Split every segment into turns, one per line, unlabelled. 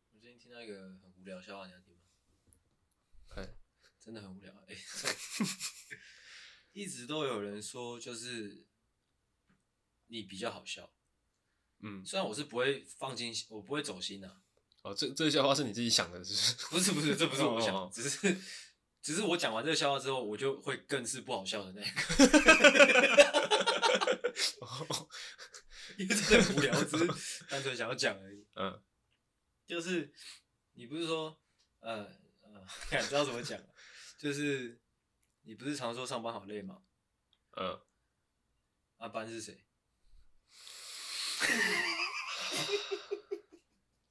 一个很无聊的笑话，你要听吗？
哎，
真的很无聊。哎、 一直都有人说，就是你比较好笑。
嗯，
虽然我是不会放进，我不会走心的、
哦，这这笑话是你自己想的，是不是？
不是不是，这不是我
哦
想，只是只是我讲完这个笑话之后，我就会更是不好笑的那一个，因为真的很无聊，我只是 单纯想要讲而已。
嗯，
就是你不是说呃呃， 看知道怎么讲啊，就是你不是常说上班好累吗？
嗯，
阿班是谁？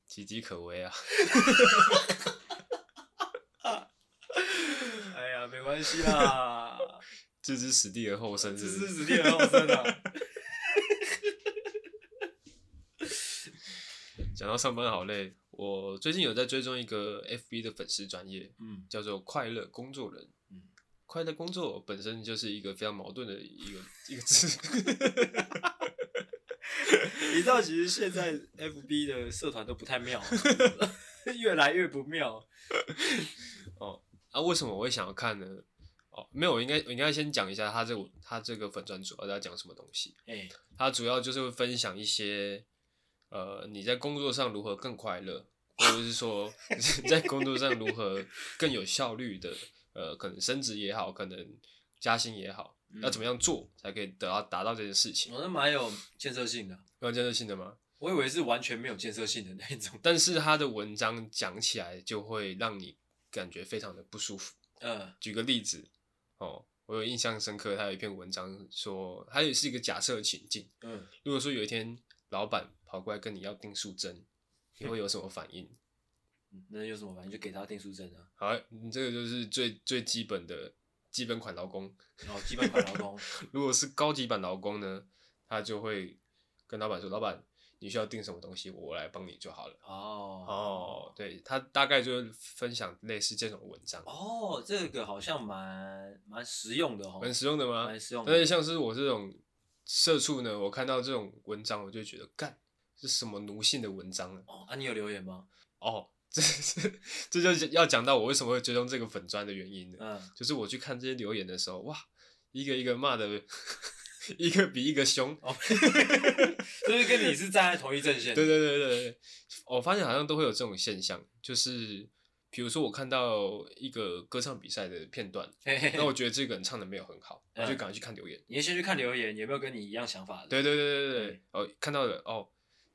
岌岌可危啊。
哎呀，没关系 啦，
置之死地而后生
这
是不
是
是，
史蒂芬奥森啊。
讲到上班好累，我最近有在追踪一个 FB 的粉丝专业，
嗯
叫做“快乐工作人”。
嗯，
快乐工作本身就是一个非常矛盾的一个一个字。
你知道其实现在 FB 的社团都不太 妙，啊越来越不妙。
啊，为什么我会想要看呢？哦，没有，我应该我应该先讲一下他这他这个粉专主要在讲什么东西。
哎、
他主要就是会分享一些，呃，你在工作上如何更快乐，或者是说你在工作上如何更有效率的，呃，可能升职也好，可能加薪也好，要怎么样做才可以得到达到这件事情？
我那蛮有建设性的，
有建设性的吗？
我以为是完全没有建设性的那一种。
但是他的文章讲起来就会让你感觉非常的不舒服。
呃，
举个例子，哦，我有印象深刻，他有一篇文章说，他也是一个假设情境，
嗯，
如果说有一天老板跑过来跟你要订数针，你会有什么反应？
那有什么反应就给他订书针啊，
好，你这个就是最最基本的基本款劳工。
然后基本款劳 工，
如果是高级版劳工呢，他就会跟老板说：“老板，你需要订什么东西，我来帮你就好了。”
哦
哦，对他大概就是分享类似这种文章，
哦，这个好像蛮蛮实用的哦，
蛮实用的吗？
蛮实用的
但是像是我这种社畜呢，我看到这种文章，我就觉得干这是什么奴性的文章呢？
哦，啊，你有留言吗？
哦，这这就是要讲到我为什么会追踪这个粉砖的原因呢？
嗯，
就是我去看这些留言的时候，哇，一个一个骂的，一个比一个凶。
哦， 就是跟你是站在同一阵线。
对对对对对，我发现好像都会有这种现象，就是比如说我看到一个歌唱比赛的片段，
嘿嘿嘿
那我觉得这个人唱的没有很好，我就
嗯
赶快去看留言。
你先去看留言，有没有跟你一样想法的？，
对对对对对
对，
哦，看到了哦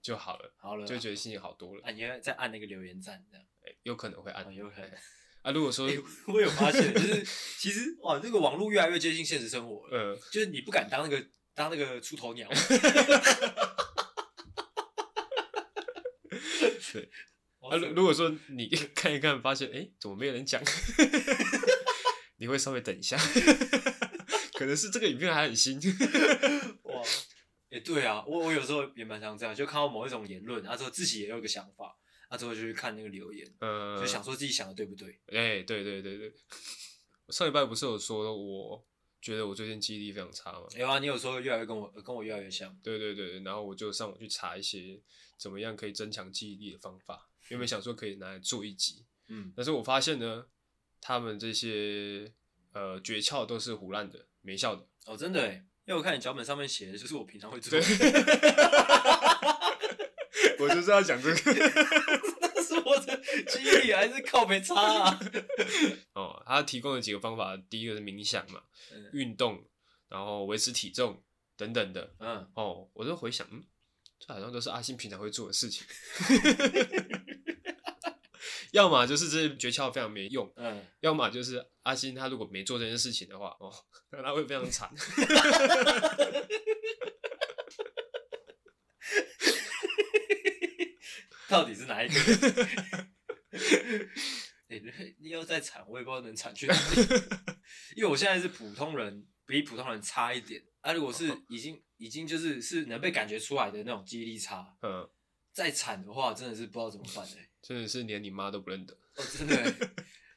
就好了，
好了，
就觉得心情好多了
啊，，你要再按那个留言赞这样，
有可能会按
哦，有可能。
啊。如果说
我有发现，就是其实哇，这个网络越来越接近现实生活了，
呃，
就是你不敢当那个当那个出头鸟。
对，
哇
啊，如如果说你 看一看，发现哎、诶怎么没有人讲？ 你会稍微等一下， 可能是这个影片还很新。
哇，也、对啊，我我有时候也蛮常这样，就看到某一种言论，他、啊、之后自己也有一个想法，他、啊、之后就去看那个留言，
呃，
就想说自己想的对不对。
哎、对对对对，我上礼拜不是有说我觉得我最近记忆力非常差嘛？
有啊，你有时候越来越跟我跟我越来越像，
对对对，然后我就上网去查一些怎么样可以增强记忆力的方法，原本想说可以拿来做一集，
嗯，
但是我发现呢，他们这些呃诀窍都是胡乱的、没效的。
哦，真的耶，因为我看你脚本上面写的就是我平常会做的，
我就是要讲这个。
但是我的记忆力还是靠没差啊。
哦，他提供了几个方法，第一个是冥想嘛，
嗯
运动，然后维持体重等等的。
嗯，
哦，我就回想，嗯，这好像都是阿星平常会做的事情。 要么就是这些诀窍非常没用，
嗯，
要么就是阿星他如果没做这件事情的话，哦，那他会非常惨。
到底是哪一个？ 哎、欸，你要再惨，我也不知道能惨去哪里， 因为我现在是普通人，比普通人差一点。啊，如果是已经已经就是是能被感觉出来的那种记忆力差，
嗯，
再惨的话，真的是不知道怎么办哎、
真的是连你妈都不认得。
哦，真的欸，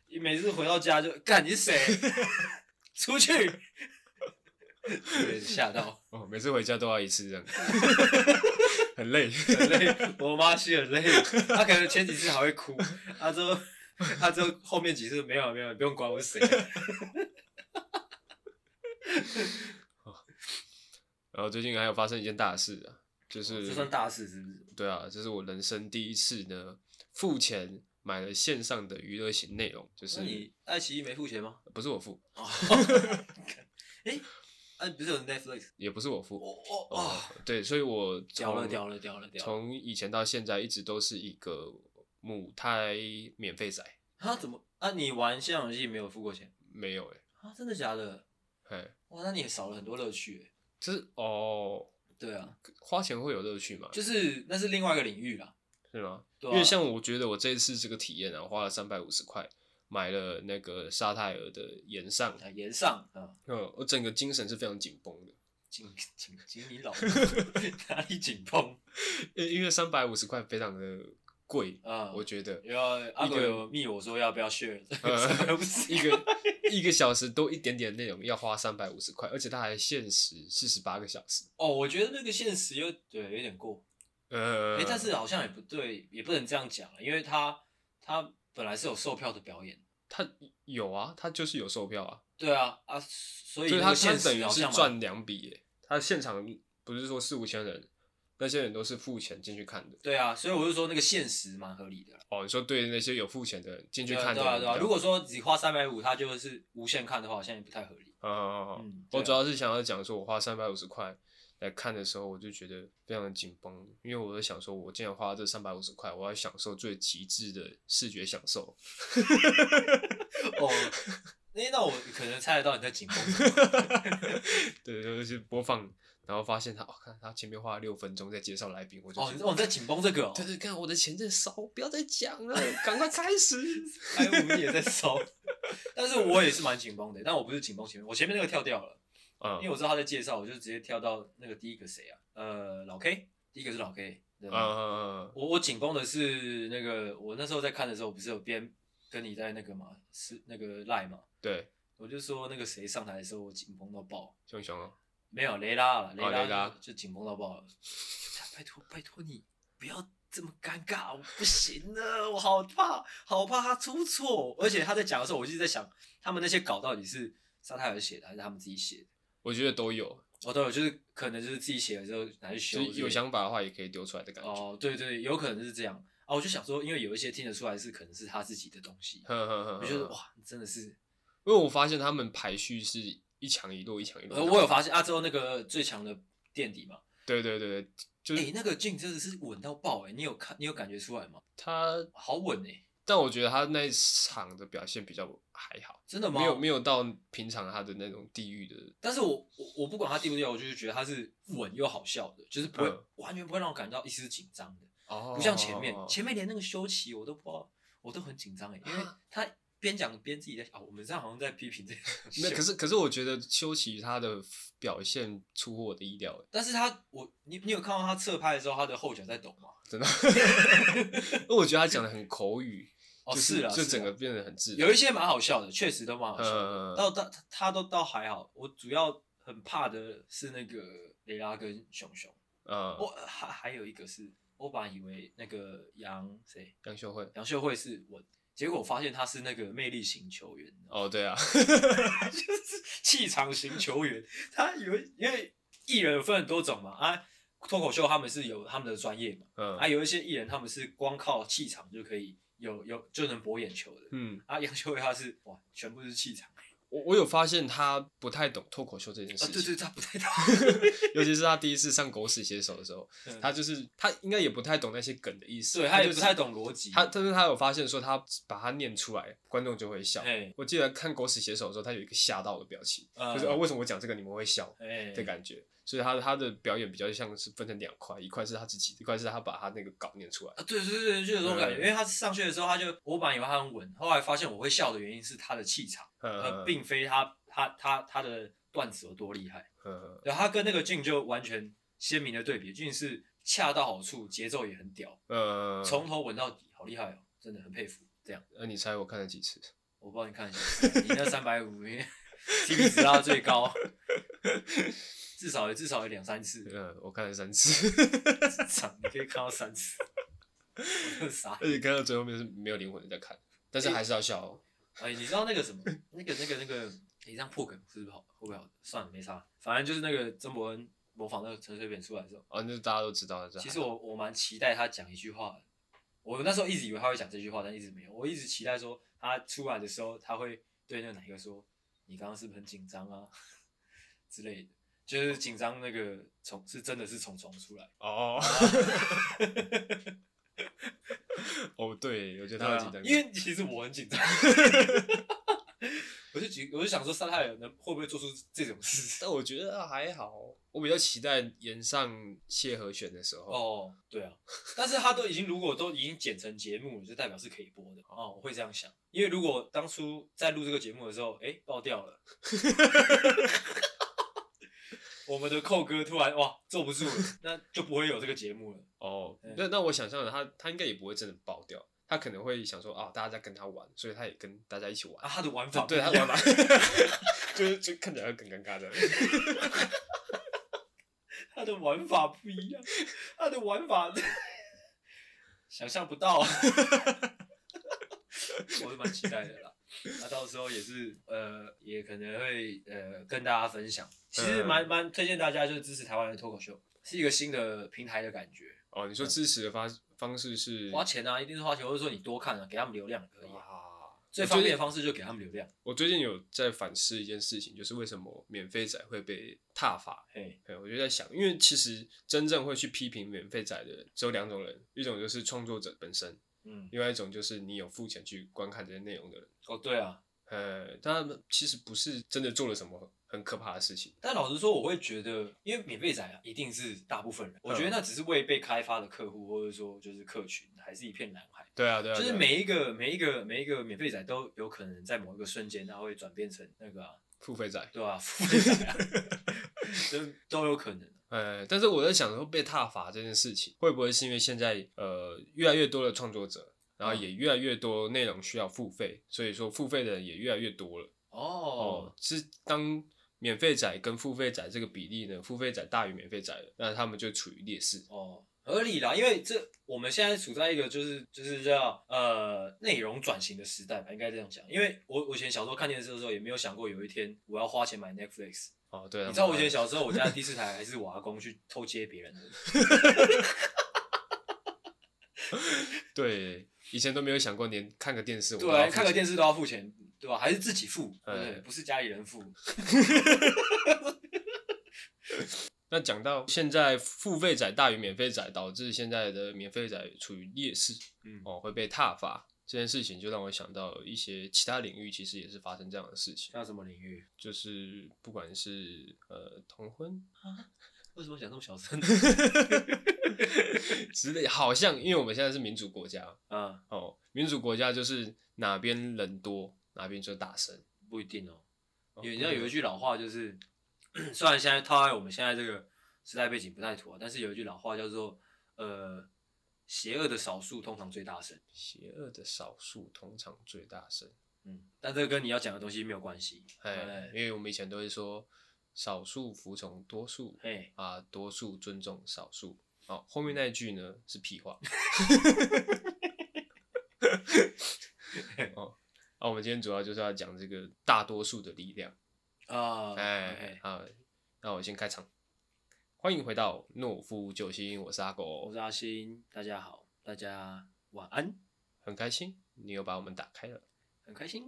你每次回到家就干你是谁？出去，有点吓到。
哦，每次回家都要一次这样。 很累。
很累，我妈去很累，她可能前几次还会哭，啊她说她之后后面几次没有没有，你不用管我是谁，
然后最近还有发生一件大事啊，就是
哦这算大事是不是？
对啊，这是我人生第一次呢付钱买了线上的娱乐型内容，就是
那你爱奇艺没付钱吗？
不是我付，
哦，哎，哎，不是有 Netflix？
也不是我付。
哦哦
哦
哦，，
对，所以我
屌了
从
屌了屌了屌了！
从以前到现在一直都是一个母胎免费仔，
他怎么啊？你玩线上游戏没有付过钱
没有哎、
啊？真的假的？
欸，哎，
哇，那你也少了很多乐趣欸。
就是哦，
对啊，
花钱会有乐趣嘛？
就是那是另外一个领域啦。
是吗？
对啊
因为像我觉得我这一次这个体验啊，我花了三百五十块买了那个沙泰尔的岩上，
啊，岩上啊，
嗯，我整个精神是非常紧绷的，
紧紧紧你老 婆哪里紧绷
因为因为三百五十块非常的贵，
啊？
我觉得。
因为阿狗
一个
有密我说要不要 share，
呃
不是
一个一个小时多一点点内容要花三百五十块，而且它还限时四十八个小时。
哦，我觉得那个现实有对有点过，
呃，
哎、但是好像也不对，也不能这样讲了，因为他他本来是有售票的表演，
它有啊，它就是有售票啊，
对啊啊，所以
所以
那
它
个
它
现
等
实
于
好
是
像蛮
赚两笔耶。它现场不是说四五千人，那些人都是付钱进去看的。
对啊，所以我就说那个现实蛮合理的啦，
哦，你说对那些有付钱的人进去
对啊
看的
对
人
啊
比
对
较，
啊，如果说只花三百五，他就是无限看的话，好像也不太合理。
啊啊啊啊
嗯对
我
啊
主要是想要讲说，我花三百五十块来看的时候，我就觉得非常的紧绷，因为我在想说，我竟然花这三百五十块，我要享受最极致的视觉享受。
哦，那那我可能猜得到你在紧绷什么，
对，就是播放，然后发现他，哦，看他前面花了六分钟在介绍来宾，我就
哦
觉
你
得
哦你在紧绷这个、哦，
对对，看我的钱在烧，不要再讲了，赶快 开始。
还有我们也在烧，但是我也是蛮紧绷的，但我不是紧绷前面，我前面那个跳掉了。
嗯
因为我知道他在介绍，我就直接跳到那个第一个谁啊？呃，老 K，第一个是老 K，对
嗯
吧？
嗯嗯
我我紧绷的是那个，我那时候在看的时候，不是有边跟你在那个嘛，是那个赖嘛，
对，
我就说那个谁上台的时候，我紧绷到爆，
熊熊哦，
没有雷拉了，雷拉
雷拉
就就紧绷到爆了。 拜托拜托你不要这么尴尬，我不行了，我好怕好怕他出错，而且他在讲的时候，我就一直在想，他们那些稿到底是沙泰尔写的还是他们自己写的？
我觉得都有，
哦，对，就是可能就是自己写了之后拿去修
就
之类的，
是有想法的话也可以丢出来的感觉。
哦，对对，有可能是这样啊。我就想说，因为有一些听得出来是可能是他自己的东西，
呵呵呵，
我就觉得
呵，
哇，真的是。
因为我发现他们排序是一强一弱，一强一弱。
呃，我有，发现啊，之后那个最强的垫底嘛，
对对对对，就
哎、
是
那个劲真的是稳到爆哎、你有看，你有感觉出来吗？
他，
好稳哎、
但我觉得他那一场的表现比较还好，
真的吗？
没有没
有。
有到平常他的那种地狱的，
但是我我我不管他丢不丢，我就是觉得他是稳又好笑的，就是不会、
嗯
完全不会让我感到一丝紧张的，
哦
不像前面，前面连那个休息我都不知道，我都很紧张哎、因为
啊。
他边讲边自己在啊，我们这样好像在批评这个
没有，可是可是我觉得修齐他的表现出乎我的意料，哎，
但是他，我你你有看到他侧拍的时候，他的后脚在抖吗？
真的，因为我觉得他讲的很口语，
哦，
就是
啊，
就是
啊
整个变得很自然
有一。些蛮好笑的，确实都蛮好笑的。
呃，
到到他他都倒还好，我主要很怕的是那个雷拉跟熊熊，
呃，
我还还有一个是，我本来以为那个杨谁
杨秀慧。
杨秀慧是我，结果我发现他是那个魅力型球员，
哦，对 啊，
就是气场型球员。他有因为艺人有分很多种嘛啊，脱口秀他们是有他们的专业嘛。
嗯，
啊，有一些艺人他们是光靠气场就可以有有就能博眼球的。
嗯，
啊，杨秀慧他是哇，全部是气场。啊，
我我有发现他不太懂脱口秀这件事
哦
情，
对对，他不太懂。
尤其是他第一次上狗屎写手的时候，
嗯
他就是他应该也不太懂那些梗的意思，
对他也
就
不
是
太懂逻辑。
他，但是他有发现说他把它念出来，观众就会笑。
哎
我记得看狗屎写手的时候，他有一个吓到的表情，
嗯
就是哦，为什么我讲这个你们会笑
哎，
的感觉。所以他他的表演比较像是分成两块，一块是他自己，一块是他把他那个稿念出来。
啊，对对对，就有这种感觉。因
嗯
为他上去的时候，他就我本来以为他很稳，后来发现我会笑的原因是他的气场，
呃
而，并非他他他他的段子有多厉害。
呃，
对，他跟那个俊就完全鲜明的对比，俊是恰到好处，节奏也很屌，
呃，
从头稳到底，好厉害哦，真的很佩服。这样。
呃，你猜我看了几次？
我帮你看一下，你那三百五，CP 值拉到最高，至少也至少有两三次，
嗯，我看了三次，
至少你可以看到三次，我真的傻
而且看到最后面是没有灵魂的在看，但是还是要笑哦。
哎、你知道那个什么，那个那个那个，你、这样破梗是不是好？会不会好？算了，没啥，反正就是那个曾伯恩模仿那个陈水扁出来的时候，
哦，那大家都知道的。这
其实我我蛮期待他讲一句话的，我那时候一直以为他会讲这句话，但一直没有。我一直期待说他出来的时候，他会对那个哪一个说：“你刚刚是不是很紧张啊？”之类的，就是紧张那个虫是真的是虫虫出来。
哦， 哦，对，我觉得
对啊
他有紧张，
因为其实我很紧张。 我就觉，我就想说，三害人能会不会做出这种事？
但我觉得还好。我比较期待演上谢和弦的时候。
哦，对啊，但是他都已经如果都已经剪成节目了，就代表是可以播的哦。我会这样想，因为如果当初在录这个节目的时候，哎、爆掉 了，我们的寇哥突然哇坐不住了，那就不会有这个节目了。
哦
嗯，
那那我想象的他，他应该也不会真的爆掉，他可能会想说啊，大家在跟他玩，所以他也跟大家一起玩。
啊，他的玩法
对他
不一
玩
样
吧， 就是就看起来更尴尬的。
他的玩法不一样，他的玩法 想象不 到、啊，我是蛮期待的啦。那、到时候也是呃，也可能会呃跟大家分享。其实蛮蛮推荐大家就是支持台湾的脱口秀，是一个新的平台的感觉。
哦，
嗯
你说支持的方方式是
花钱啊，一定是花钱，或者说你多看啊，给他们流量可以、啊。
哇，
最方便的方式就给他们流量。
我最近有在反思一件事情，就是为什么免费仔会被踏伐？
嘿，
哎，我就在想，因为其实真正会去批评免费仔的人只有两种人，一种就是创作者本身，
嗯，
另外一种就是你有付钱去观看这些内容的人。
哦对啊，
呃，他们其实不是真的做了什么很可怕的事情。
但老实说，我会觉得，因为免费仔啊，一定是大部分人，我
嗯
觉得那只是未被开发的客户，或者说就是客群，还是一片蓝海。
对啊，对啊，
就是
对啊
每一个每一个每一个免费仔都有可能在某一个瞬间，他会转变成那个、啊，
付费仔。
对吧、付费仔 啊，都都有可能。
呃，但是我在想说被踏伐这件事情，会不会是因为现在呃越来越多的创作者，然后
嗯
也越来越多内容需要付费，所以说付费的人也越来越多了。
哦，，
是当免费仔跟付费仔这个比例呢，付费仔大于免费仔了，那他们就处于劣势。
哦，合理啦，因为这我们现在处在一个就是就是叫呃内容转型的时代吧，应该这样讲。因为我我以前小时候看电视的时候，也没有想过有一天我要花钱买 Netflix。
哦，对啊，
你知道我以前小时候，我家的第四台还是我阿公去偷接别 人的，
对以前都没有想过，连看个电视我都
对
要
啊，
付
看个
钱
电视都要付钱，对吧、还是自己付，对
哎
不对？不是家里人付。
那讲到现在付费仔大于免费仔，导致现在的免费仔处于劣势
嗯，
哦，会被踏伐这件事情，就让我想到一些其他领域其实也是发生这样的事情，
像什么领域？
就是不管是呃同婚
为什么讲这么小声？
之类，好像因为我们现在是民主国家
啊，
哦，民主国家就是哪边人多哪边就大声，
不一定哦。
哦
有你知道有一句老话就是， 虽然现在套在我们现在这个时代背景不太妥，但是有一句老话叫做呃，邪恶的少数通常最大声。
邪恶的少数通常最大声，
嗯，但这个跟你要讲的东西没有关系。
哎，
哎
因为我们以前都会说少数服从多数，
哎，
啊，多数尊重少数。哦，后面那一句呢是屁话。哦，啊，我们今天主要就是要讲这个大多数的力量。
啊，
哎，，好，那我先开场。欢迎回到懦夫救星，我是阿
我
狗
是，阿星，大家好，大家晚安。
很开心你又把我们打开了。
很开心。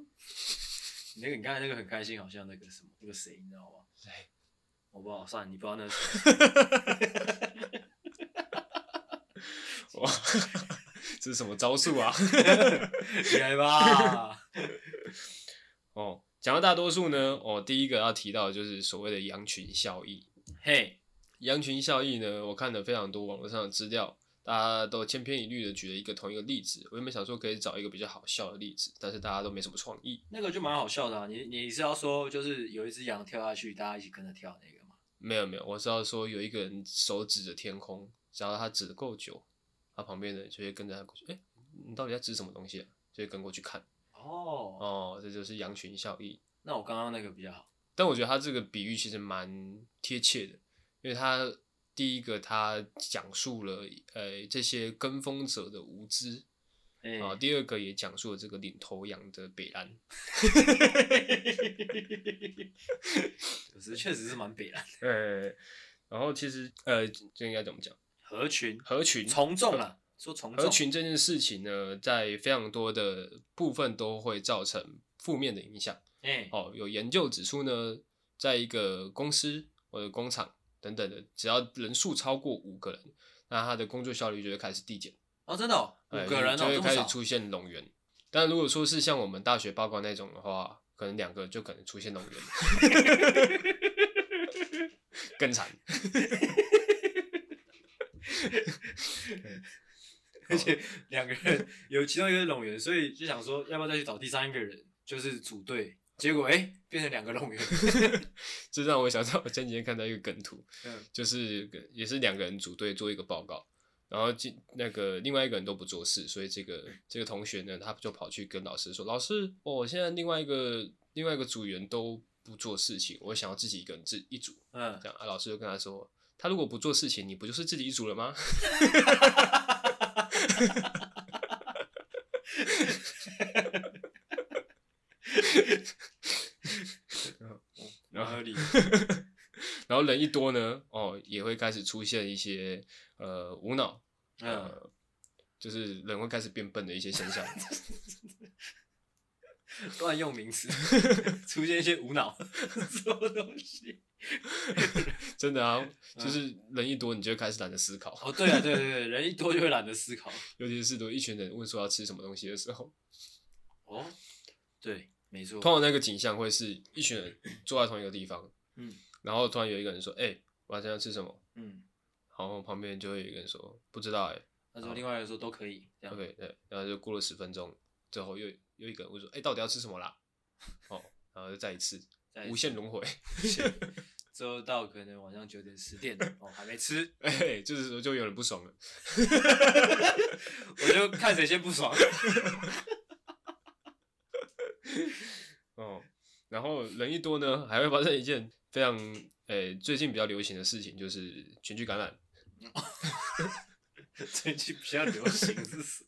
你那个你刚才那个很开心，好像那个什么那个谁，你知道吗？
谁？
我不知道，算了，你不知道那是谁。
哇， 这是什么招数啊？
起来吧。
哦，讲到大多数呢，哦，第一个要提到的就是所谓的羊群效应。
嘿，
羊群效应呢，我看了非常多网络上的资料，大家都千篇一律的举了一个同一个例子。我原本想说可以找一个比较好笑的例子，但是大家都没什么创意。
那个就蛮好笑的啊。你你是要说就是有一只羊跳下去，大家一起跟着跳那个吗？
没有没有，我是要说有一个人手指着天空，只要他指的够久，他旁边的人就会跟着他过去。哎、你到底在指什么东西啊？就会跟过去看。
哦，
哦，这就是羊群效应。
那我刚刚那个比较好。
但我觉得他这个比喻其实蛮贴切的，因为他第一个他讲述了呃这些跟风者的无知
哎、
啊，第二个也讲述了这个领头羊的北兰，
有时确实是蛮北蓝，
呃，然后其实呃这应该怎么讲？
合群
合群
从众啊，说从众
合群这件事情呢，在非常多的部分都会造成负面的影响。
哎、
哦，有研究指出呢，在一个公司或者工厂等等的，只要人数超过五个人，那他的工作效率就会开始递减，
哦，真的、哦，
哎
五个人哦，
就会
这么
开始
少，
出现冗员。但如果说是像我们大学报告那种的话，可能两个就可能出现冗员， 更惨。哦
而且两个人有其中一个是拢员，所以就想说要不要再去找第三个人，就是组队。结果哎、变成两个拢员。
这让我想到我前几天看到一个梗图，
嗯
就是个也是两个人组队做一个报告，然后进那个另外一个人都不做事，所以这个这个同学呢，他就跑去跟老师说：“老师，我现在另外一个另外一个组员都不做事情，我想要自己一个人自一组。”
嗯，
这样啊，老师就跟他说：“他如果不做事情，你不就是自己一组了吗
然后理？”
然后人一多呢，哦，也会开始出现一些呃无脑，
嗯，
呃，就是人会开始变笨的一些现象。
嗯乱用名 词，出现一些无脑 什么东西。
真的啊，就是人一多，你就会开始懒得思考。
哦，对啊，对对对，人一多就会懒得思考。
尤其是如果一群人问说要吃什么东西的时候，
哦，对，没错。
通常那个景象会是一群人坐在同一个地方，
嗯
然后突然有一个人说：“哎、晚上要吃什么
嗯，？”
然后旁边就会有一个人说：“不知道哎、
那时候另外一个说都可以，这样
OK，对，然后就过了十分钟，最后又又一个人会说：“哎、到底要吃什么啦？”哦，然后就再一次
再一次
无 限轮回。
最后到可能晚上九点十点了，哦，还没吃，
哎、这时候 就有人不爽了。
我就看谁先不爽。
哦，然后人一多呢，还会发生一件非常诶、最近比较流行的事情，就是群聚感染。
最近比较流行是什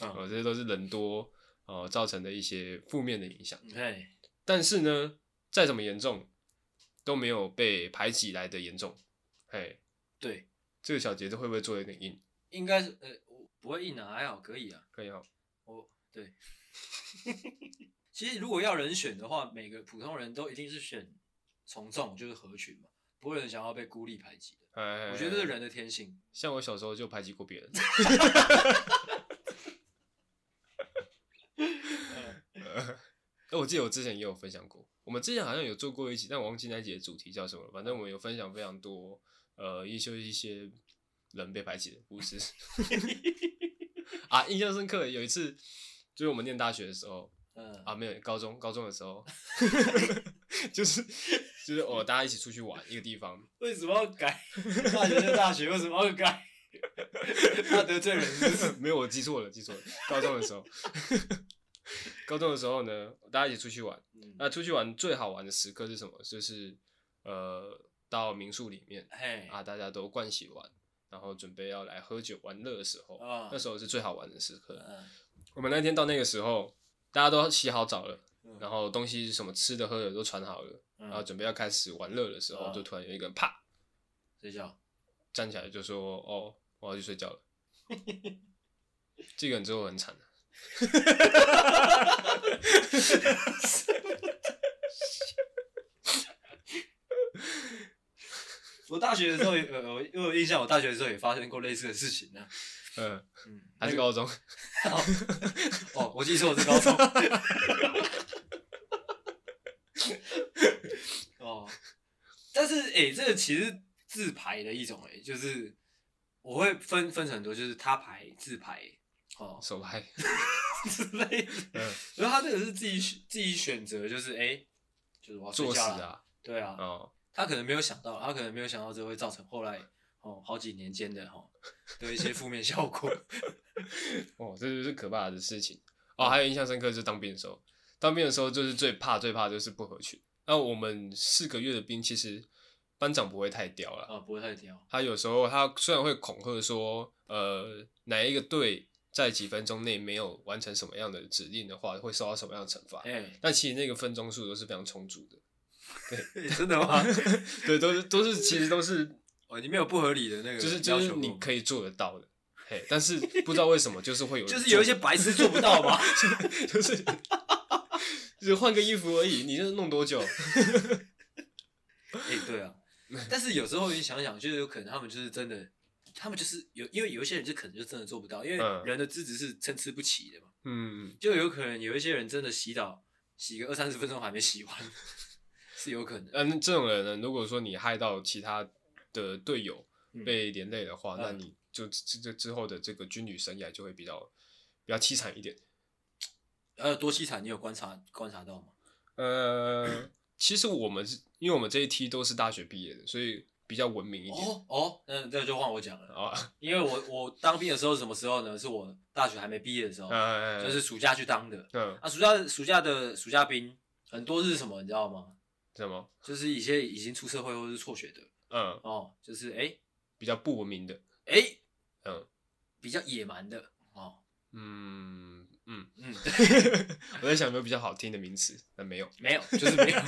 么？
哦，这些都是人多哦造成的一些负面的影响。
哎，
但是呢，再怎么严重，都没有被排挤来的严重。哎，
对，
这个小节奏会不会做有点硬？
应该是呃，我不会硬啊，还好可以啊。
可以哈。
我对，其实如果要人选的话，每个普通人都一定是选从众，就是合群嘛，不会有人想要被孤立排挤的。
哎，
我觉得这是人的天性。
像我小时候就排挤过别人。 哎
嗯
呃我记得我之前也有分享过，我们之前好像有做过一集，但我忘记那一集的主题叫什么了。反正我们有分享非常多，呃，一些一些人被排挤的故事。 啊，印象深刻，有一次就是我们念大学的时候
嗯
啊，没有高中，高中的 时候，就是就是哦，大家一起出去玩一个地方，
为什么要改？大学就大学，为什么要改？他得罪人是不是
没有，我记错了，记错了。高中的时候， 高中的时候呢，大家一起出去玩。
嗯，
那出去玩最好玩的时刻是什么？就是呃，到民宿里面
嘿，
啊，大家都盥洗完，然后准备要来喝酒玩乐的时候，
啊
那时候是最好玩的时刻。
嗯
我们那天到那个时候，大家都洗好澡了，
嗯
然后东西什么吃的喝的都传好了，然后
嗯，
准备要开始玩乐的时候，
啊
就突然有一个人啪
睡觉。
站起来就说：“哦，我要去睡 觉了。”这个人之后很惨的。
我大学的时候也，呃，我因为我印象，我大学的时候也发生过类似的事情呢、
嗯，
嗯，
还是高中，
哦，我记错，我是高中。哦，但是诶、这个其实自排的一种诶、就是我会分分成很多，就是他排、自排哦
手拍。
之类的。
嗯，
然后他这个是自己选自己选择，就是诶、就是我要哦睡
作死
觉了。
啊！
对啊，
哦，
他可能没有想到，他可能没有想到这会造成后来哦好几年间的哦的一些负面效果。
哦，这就是可怕的事情。哦，还有印象深刻就是当兵的时候，当兵的时候就是最怕最怕就是不合群。那我们四个月的兵，其实班长不会太屌了，
啊，不会太挑。
他有时候他虽然会恐吓说，呃，哪一个队在几分钟内没有完成什么样的指令的话，会受到什么样的惩罚，
哎、
但其实那个分钟数都是非常充足的，
真的吗？
对，都是都是其实都是
哦，你 没有不合理的那个，
就是就是你可以做得到的，嘿，但是不知道为什么就是 会有人
就是有一些白痴做不到嘛。
做就是就是换个衣服而已，你这弄多久？
哎、对啊， 但是有时候你想想，就是有可能他们就是真的，他们就是有，因为有一些人就可能就真的做不到，因为
嗯
人的资质是参差不齐的嘛，
嗯，
就有可能有一些人真的洗澡洗个二三十分钟还没洗完， 是有可能。
嗯、那这种人呢，如果说你害到其他的队友
嗯
被连累的话，那
嗯
你就这这之后的这个军旅生涯就会比较比较凄惨一点。
呃，多西产你有观察观察到吗？
呃，其实我们是因为我们这一批都是大学毕业的，所以比较文明一点
哦哦，那这就换我讲了，
啊，
因为我我当兵的时候是什么时候呢？是我大学还没毕业的时候，
呃，
就是暑假去当的。
嗯，
啊，暑假暑假的暑假兵很多是什么，你知道吗？
什么？
就是一些已经出社会或是辍学的
嗯，
哦，就是哎
比较不文明的，
哎、
嗯
比较野蛮的哦，
嗯嗯，
嗯，
我在想有没有比较好听的名词，但没有。
没有，就是没有，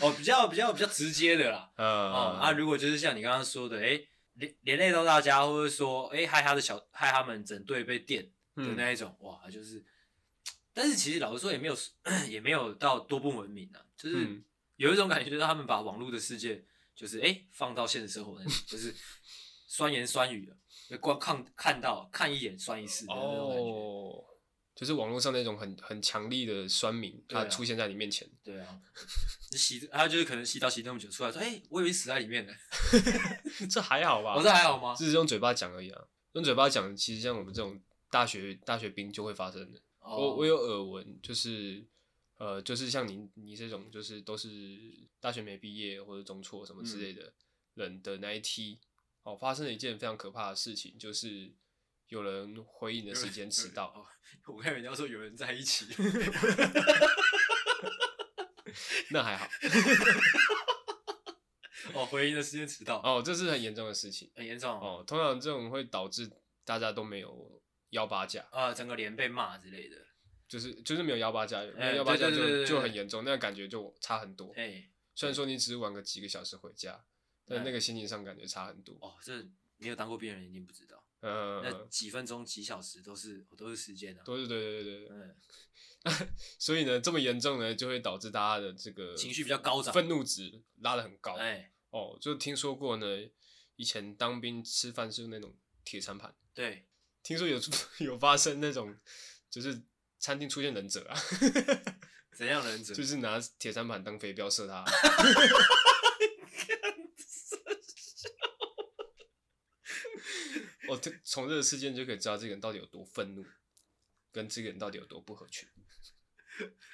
哦，比较比较比较直接的啦。
呃，
哦，啊，如果就是像你刚刚说的，哎、连连累到大家，或者说，哎、害他的小害他们整队被电的
嗯
那一种，哇，就是，但是 其实老实说也没有也没有到多不文明啊，就是
嗯
有一种感觉，就是他们把网络的世界，就是哎、诶放到现实生活那里，就是酸言酸语的，就光看看到看一眼酸一世的那种感觉，
嗯哦，就是网络上那种很很强力的酸民，
对啊
他出现在你面前，
对啊，你洗他就是可能洗澡洗那么久出来说，哎、我以为死在里面呢，
这还好吧？
我、这还好吗？
只啊是用嘴巴讲而已啊，用嘴巴讲，其实像我们这种大学大学兵就会发生的。
哦
我我有耳闻，就是呃，就是像你你这种，就是都是大学没毕业或者中辍什么之
嗯
类的人的那一批，哦，发生了一件非常可怕的事情，就是有人回应的时间迟到。
哦，我看人家说有人在一起，
那还好
哦，回应的时间迟到，
哦，这是很严重的事情
很严重哦，
哦。通常这种会导致大家都没有幺八架，
啊，整个连被骂之类的，
就是就是没有幺八架，没
哎
有幺八
对
架
对对对
就
对
就很
对
严重，那感觉就差很多。
哎，
虽然说你只是玩个几个小时回家，但
哎
那个心情上感觉差很多。
哦，这没有当过兵的人一定不知道，那
呃，
几分钟、几小时都是都是时间啊，
都是对对对对对。
嗯，
所以呢，这么严重呢，就会导致大家的这个
情绪比较高涨
愤怒值拉得很高。
哎，
哦，就听说过呢，以前当兵吃饭是用那种铁餐盘，
对，
听说有 有发生那种，就是餐厅出现忍者啊，
怎样忍者？
就是拿铁餐盘当飞镖射他。 我哦这从这个事件就可以知道这个人到底有多愤怒，跟这个人到底有多不合群。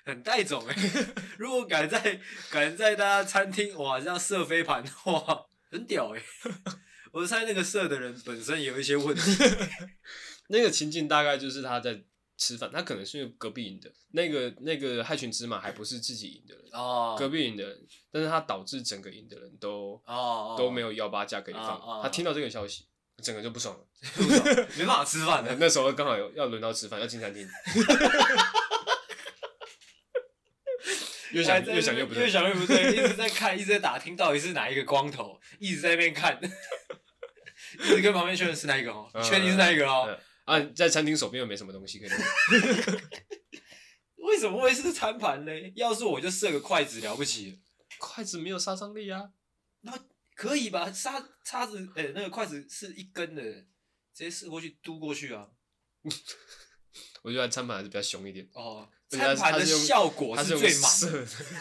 很带种哎， 如果敢在敢在大家餐厅哇这样射飞盘的话，很屌哎， 我猜那个射的人本身有一些问题，
那个情境大概就是他在吃饭，他可能是隔壁赢的，那个那个害群之马还不是自己赢的人，
哦
隔壁赢的人，但是他导致整个赢的人都、
哦
都没
有，
有幺八架可以放，
哦哦
他听到这个消息，整个就不爽了。
没办法吃饭的，
那时候刚好有要轮到吃饭，要进餐厅， 越想
还在
越想
那
越
边
不
哎越
对。
想越不对，一直在看，一直在打听到底是哪一个光头，一直在那边看， 一直跟旁边确认是哪一个哦，
嗯
确定是哪一个哦，
嗯啊，在餐厅手边又没什么东西可以弄，
为什么会是餐盘嘞？ 要是我就设个筷子了不起了，
筷子没有杀伤力啊。
可以吧？叉叉子，哎、那个筷子是一根的，直接射过去嘟过去啊。
我觉得餐盘还是比较凶一点，
哦，
而且它
餐
是
盘
它
的
是用
效果
啊它是用
最 满的，
射的，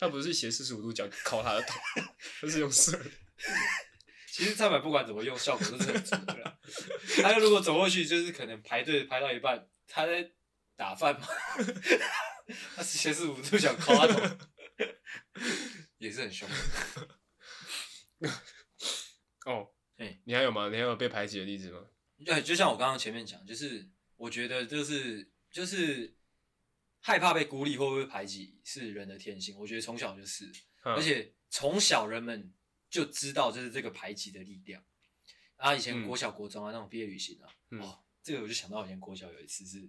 它不是斜四十五度角敲他的头， 它是用射的。
其实餐盘不管怎么用，效果都是很足的 啦。他如果走过去，就是可能排队排到一半，他在打饭嘛， 他斜四五度角靠他头， 也是很凶。
哦，
哎
你还有吗？你还有被排挤的例子吗？
对，就像我刚刚前面讲，就是我觉得就是就是害怕被孤立或被排挤是人的天性，我觉得从小就是，
嗯
而且从小人们就知道就是这个排挤的力量。啊，以前
嗯
国小、国中啊那种毕业旅行啊，
嗯
哦，这个我就想到以前国小有一次是，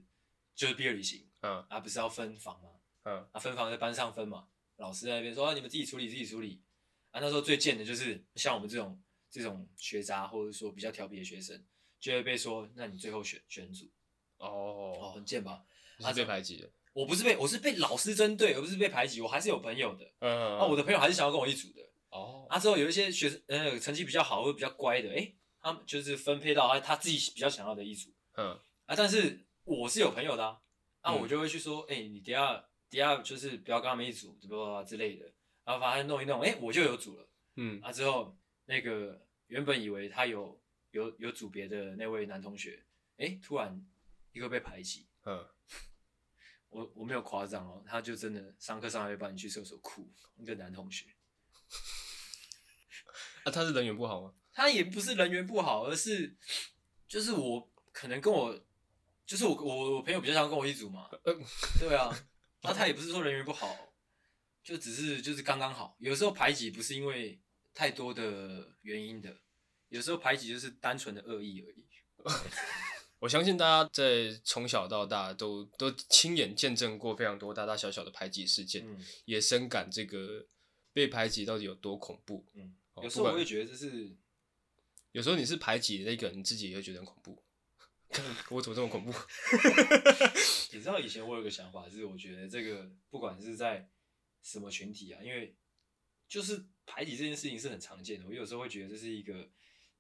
就是毕业旅行
嗯
啊，不是要分房吗？
嗯
啊，分房在班上分嘛，老师在那边说、啊、你们自己处理自己处理。啊，那时候最贱的就是像我们这种这种学渣，或者说比较调皮的学生，就会被说，那你最后选选组，哦，
哦，
很贱吧？
你是被排挤的，
我不是被我是被老师针对，而不是被排挤，我还是有朋友的。
嗯
啊，我
的
的朋友还是想要跟我一组的。
哦，
啊，之后有一些学生，呃，成绩比较好或者比较乖的，诶、他们就是分配到他啊他自己比较想要的一组。
嗯
啊，但是我是有朋友的啊，啊，
嗯
我就会去说，哎、你等一下等一下就是不要跟他们一组，对吧之类的，然后把他弄一弄，哎、我就有组了。
嗯
啊，之后那个原本以为他有有有组别的那位男同学，哎、突然一个被排挤，
嗯，
我我没有夸张哦，他就真的上课上来一半去厕所哭，一个男同学，
啊，他是人缘不好吗？
他也不是人缘不好，而是就是我可能跟我就是我我我朋友比较想跟我一组嘛，
呃
对啊，那他也不是说人缘不好，就只是就是刚刚好。有时候排挤不是因为太多的原因的，有时候排挤就是单纯的恶意而已。
我相信大家在从小到大都都亲眼见证过非常多大大小小的排挤事件，
嗯，
也深感这个被排挤到底有多恐怖。
嗯
哦
有时
不
候
管
我也觉得这是
有时候你是排挤的那个人，你自己也会觉得很恐怖。 看我怎么这么恐怖？
你知道以前我有个想法，就是我觉得这个不管是在什么群体啊，因为就是排挤这件事情是很常见的。我有时候会觉得这是一个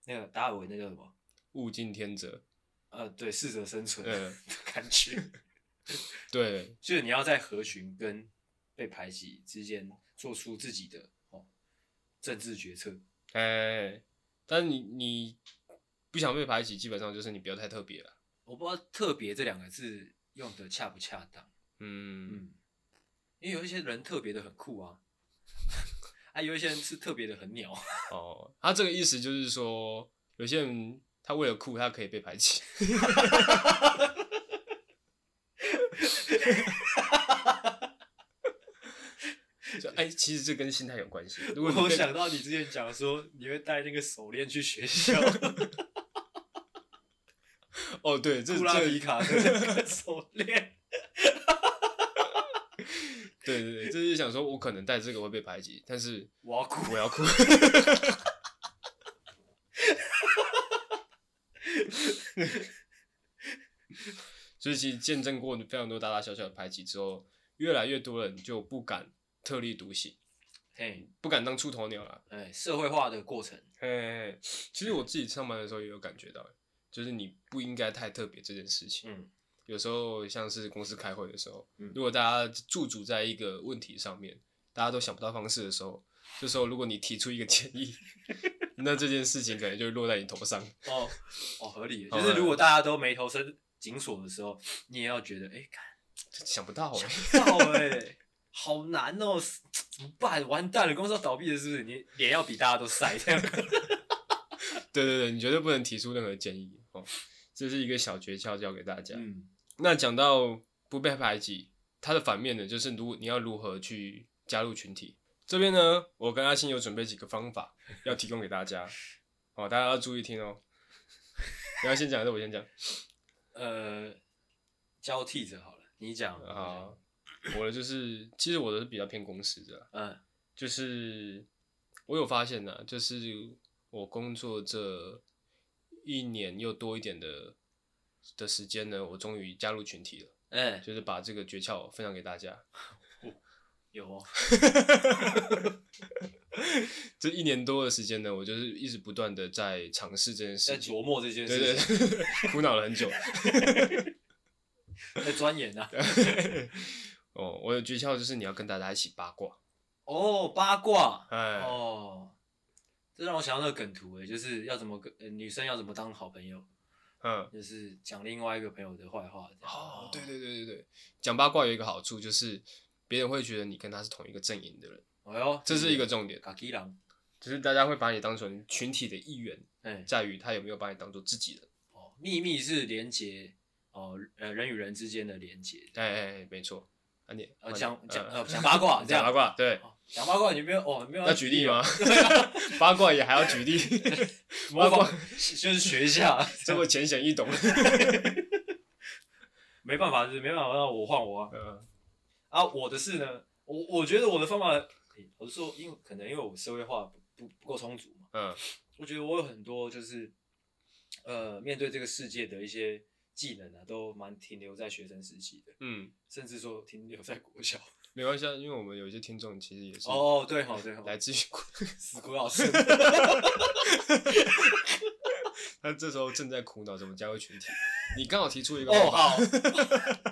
那个达尔文那叫什么？
物竞天择，
呃，对，适者生存的
嗯
感觉，
对，
就是你要在合群跟被排挤之间做出自己的哦政治决策。
哎，但你你不想被排挤，基本上就是你不要太特别了。
我不知道“特别”这两个字用的恰不恰当。
嗯，
嗯，因为有一些人特别的很酷啊， 啊，有一些人是特别的很鸟。
哦，他这个意思就是说，有些人他为了酷，他可以被排挤。 就哎、其实这跟心态有关系。如果你
我
被
想到你之前讲说你会带那个手链去学 校，
哦，对，这
库拉
这
皮卡 的那个手链。
对对 对，就是想说我可能带这个会被排挤，但是
我要哭
我要哭。 所以其实见证过非常多大大小小的排挤之后，越来越多人就不敢特立独行，
嘿，
不敢当出头鸟了。
哎，社会化的过程，
嘿嘿嘿，其实我自己上班的时候也有感觉到，欸就是你不应该太特别这件事情。
嗯
有时候像是公司开会的时候，
嗯
如果大家驻足在一个问题上面，大家都想不到方式的时候，这时候如果你提出一个建 议，那这件事情可能就会落在你头上。
哦哦，合理的，
好
就是如果大家都眉头深紧锁的时候，你也要觉得，哎，干
想不到哎、
想不到哎、好难哦，怎么办？完蛋了，公司要倒闭了，是不是？你脸要比大家都晒这样。
对对对，你绝对不能提出任何建议哦，这是一个小诀窍教给大家。
嗯，
那讲到不被排挤，它的反面呢，就是如你要如何去加入群体。这边呢，我跟阿信有准备几个方法要提供给大 家，哦，大家要注意听哦。你要先讲还是我先讲？
呃，交替着好了，你讲
啊，，我的就是，其实我的是比较偏公司的啦，
我讲嗯
就是我有发现呢、啊就是我工作这一年又多一点的的时间呢，我终于加入群体了，
哎、
就是把这个诀窍分享给大家。
有哦，
这一年多的时间呢，我就是一直不断的在尝试这件
在
事情，
琢磨这件
对
事
对
情，
对， 苦恼了很久。
在钻研啊。
哦，我的诀窍就是你要跟大家一起八卦，
哦，八卦。
哎，
哦，这让我想到那个梗图诶，欸就是要怎么跟、呃女生要怎么当好朋友，
嗯，
就是讲另外一个朋友的坏话。这样
哦，对，对对对对，讲八卦有一个好处就是别人会觉得你跟他是同一个阵营的人，
哎呦，
这是一个重点，
卡基郎，
就是大家会把你当成群体的一员，
哎、
在于他有没有把你当做自己人。
哦，秘密是连接哦，呃，人与人之间的连接。
哎哎，哎没错。啊你
呃
啊你
讲讲
呃
呃讲八 卦这
讲
样
八卦，对，
哦讲八卦你没有哦没有
要举例吗
哦？
八卦也还要举例，
模
八
仿
卦
就是学一下，
这么浅显易懂。
没办法，就是没办法，让我换我啊。
嗯
啊，我的是呢，我我觉得我的方法，诶我是说，因为可能因为我社会化不不不够充足嘛，
嗯
我觉得我有很多就是，呃，面对这个世界的一些技能啊，都蛮停留在学生时期的，
嗯，
甚至说停留在国小。
没关系，啊，因为我们有一些听众其实也是
哦，对吼对吼，
来自于国，
死鬼老 师，
他这时候正在苦恼怎么加入群体。你刚好提出一个
哦
方法，
好，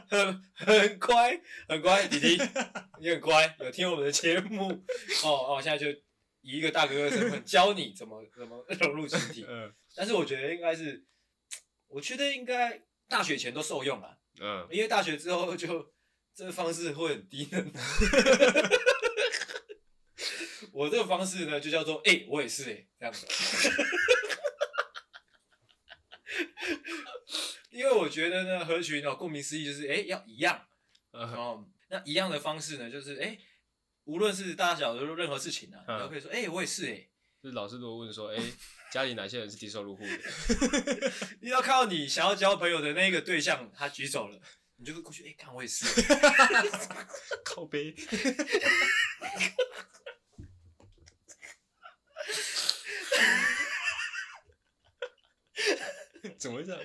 很很乖很乖，弟弟你很乖，有听我们的节目哦哦，现在就以一个大哥哥的身份教你怎么怎么融入群体。
嗯
但是我觉得应该是，我觉得应该大学前都受用了，
嗯，
因为大学之后就这个方式会很低能。 我这个方式呢，就叫做哎、欸我也是哎、欸这样子。 因为我觉得呢，合群哦，顾名思义就是哎、欸要一样
嗯
哦。那一样的方式呢，就是哎、欸无论是大小的任何事情啊，
嗯
你都可以说哎、欸我也是哎、欸
就是老师如果问说，哎， 家里哪些人是低收入户的？
你要看到你想要交朋友的那个对象，他举手了，你就会过去，哎、看我也是，
靠背， 怎么会这样？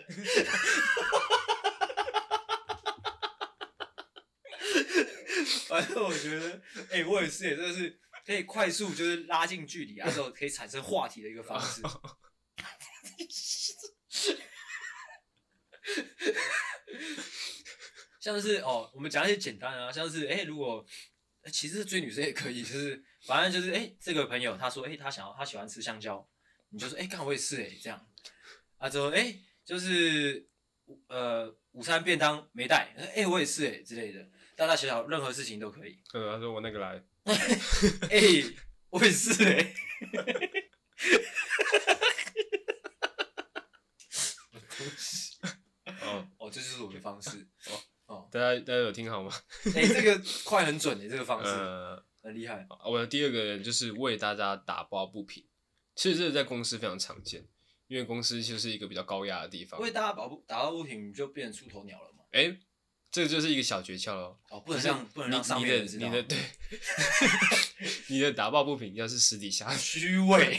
反正我觉得，哎、我也是，哎，真的是可以快速就是拉近距离，那时候可以产生话题的一个方式。 像是哦，我们讲一些简单的啊，像是哎、如果哎其实追女生也可以，就是反正就是哎、这个朋友他说哎、他想要他喜欢吃香蕉，你就说哎，看、我也是哎，这样啊之后哎、就是呃午餐便当没带，哎、我也是哎之类的，大大小小任何事情都可以。
嗯，他说我那个来，
哎、我也是哎、
哦，
哦，这就是我的方式。
大家大家有听好 吗？
哎、这个快很准哎、这个方式、
呃，
很厉害。
我的第二个人就是为大家打抱不平，其实这个在公司非常常见，因为公司就是一个比较高压的地方
因。为大家保不打抱不平，你就变成出头鸟了嘛。
哎、这个就是一个小诀窍喽。
哦，不能
就是
让不能让上
你
面
你的
人知道
你的对， 你的打抱不平要是私底下，
虚伪。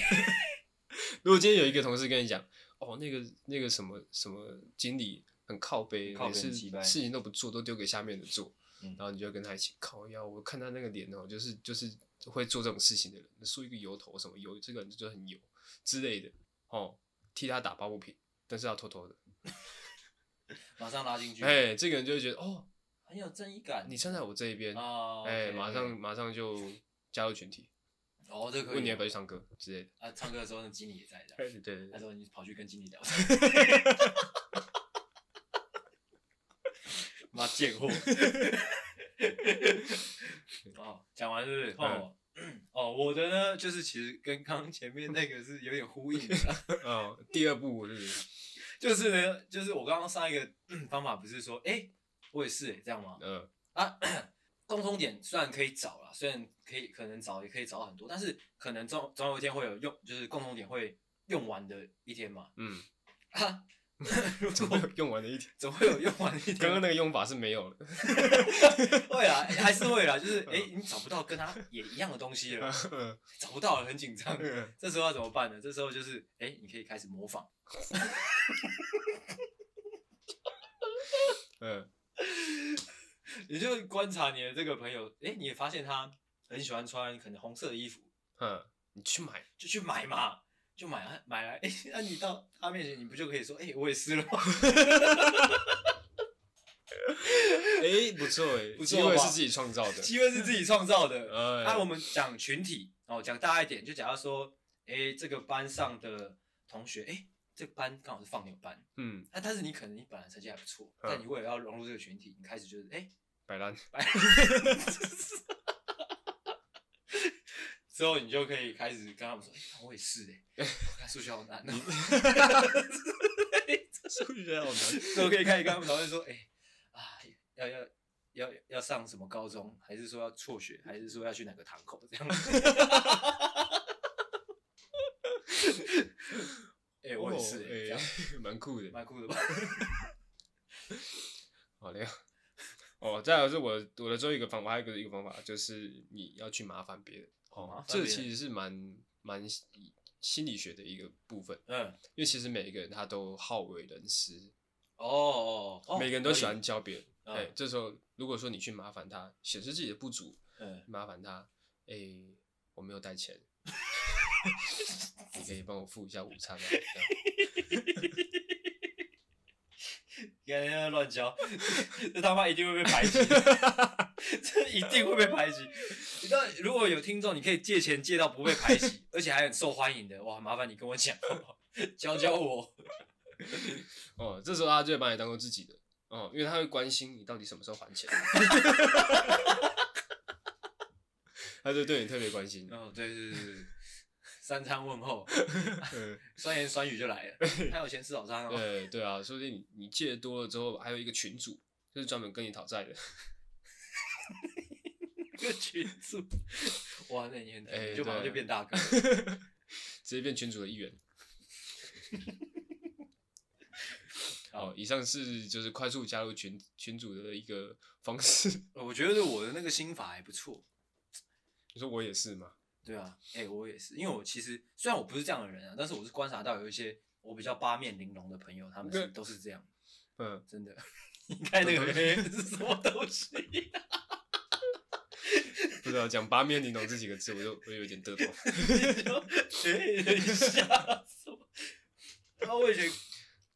如果今天有一个同事跟你讲，哦，那个那个什么什么经理很靠背，
靠
每
背
次
很鸡掰
事情都不做，都丢给下面的做，
嗯
然后你就跟他一起靠腰。我看他那个脸哦，就是就是会做这种事情的人，梳一个油头什么油，这个人就很油之类的哦，替他打抱不平，但是要偷偷的。
马上拉进去，
哎，这个人就会觉得哦，
很有正义感。
你站在我这一边，
哦，
哎，
OK，
马上马上就加入群体，
哦，这个可以。
问你要不要去唱歌之类的。
啊，唱歌的时候那经理也在这
对
样，
对对
那
对，
时候你跑去跟经理聊，妈贱货。哦，讲完是不是？换我。 哦，我的呢，就是其实跟刚刚前面那个是有点呼应的啦，
哦，第二步是
就是呢，就是我刚刚上一个 嗯方法不是说，哎、我也是、欸、这样吗？
呃
啊，共通点虽然可以找啦，虽然可以可能找也可以找很多，但是可能总总有一天会有用，就是共通点会用完的一天嘛。
嗯，
啊， 如
怎
果
么 有用完的一天？
总会有用完的一天。
刚刚那个用法是没有 了。
会啦，还是会啦，
嗯
就是哎、诶你找不到跟他也一样的东西了，找不到了，很紧张。这时候要怎么办呢？这时候就是哎、诶你可以开始模仿。
嗯，
你就观察你的这个朋友，哎、你也发现他很喜欢穿可能红色的衣服，
嗯，你去 买，
就去买嘛，就买啊买来。哎、那、你到他面前，你不就可以说，哎、我也是了吗？
哎，不错哎，
不错
机会
吧
是自己创造 的。
机会是自己创造的。
哎，
那、我们讲群体哦，讲大一点，就假如说，哎、这个班上的同学，哎、这个班刚好是放牛班，啊
嗯，
那、但是你可能你本来成绩还不错，
嗯
但你为了要融入这个群体，你开始就是，哎、
摆 烂，
之后你就可以开始跟他们说，哎、看我也是哎、我看数学好难、哦。
数学好难。
所以我可以开始跟他们讨论说，哎、啊，要要要要上什么高中，还是说要辍学，还是说要去哪个堂口这样？ 哎、我也是、欸，这
哦
样
哎蛮酷的。
蛮酷的吧？
好嘞。哦，再来是我的我的最后一个方法，还有一个一个方法就是你要去麻烦别人。
哦麻烦别
这
人
其实是蛮蛮心理学的一个部分，
嗯，
因为其实每一个人他都好为人师，
哦哦，哦
每个人都喜，
可
欢
以
教别人。哎、
嗯
这时候如果说你去麻烦他，显示自己的不足，
嗯，
麻烦他，哎、我没有带 钱，你可以帮我付一下午餐吗？啊这样
别人乱教， 这他妈一定会被排挤， 这一定会被排挤。你知道，如果有听众，你可以借钱借到不被排挤，而且还很受欢迎的，哇，麻烦你跟我讲，好不好教教我。
哦，这时候他就会把你当做自己的哦，因为他会关心你到底什么时候还钱， 他就对你特别关心。
哦，对对对对，三餐问候，
嗯，
酸言酸语就来 了。还有钱吃早餐哦。
呃，对啊，说不定你你借多了之后，还有一个群主就是专门跟你讨债的。
一个群主，哇，那你很，
哎
你就马上
对
就变大哥了。
直接变群主的一员。
好
哦，以上是就是快速加入群群主的一个方式。
我觉得我的那个心法还不错。
你说我也是吗？
对啊，哎、我也是，因为我其实虽然我不是这样的人啊，但是我是观察到有一些我比较八面玲珑的朋友，他们是
对
都是这样，
嗯，
真的。 你看那个是什么东西？
不知道讲八面玲珑这几个字，我就我就有点得懂。
你就哎，等一下，什么？然后我以前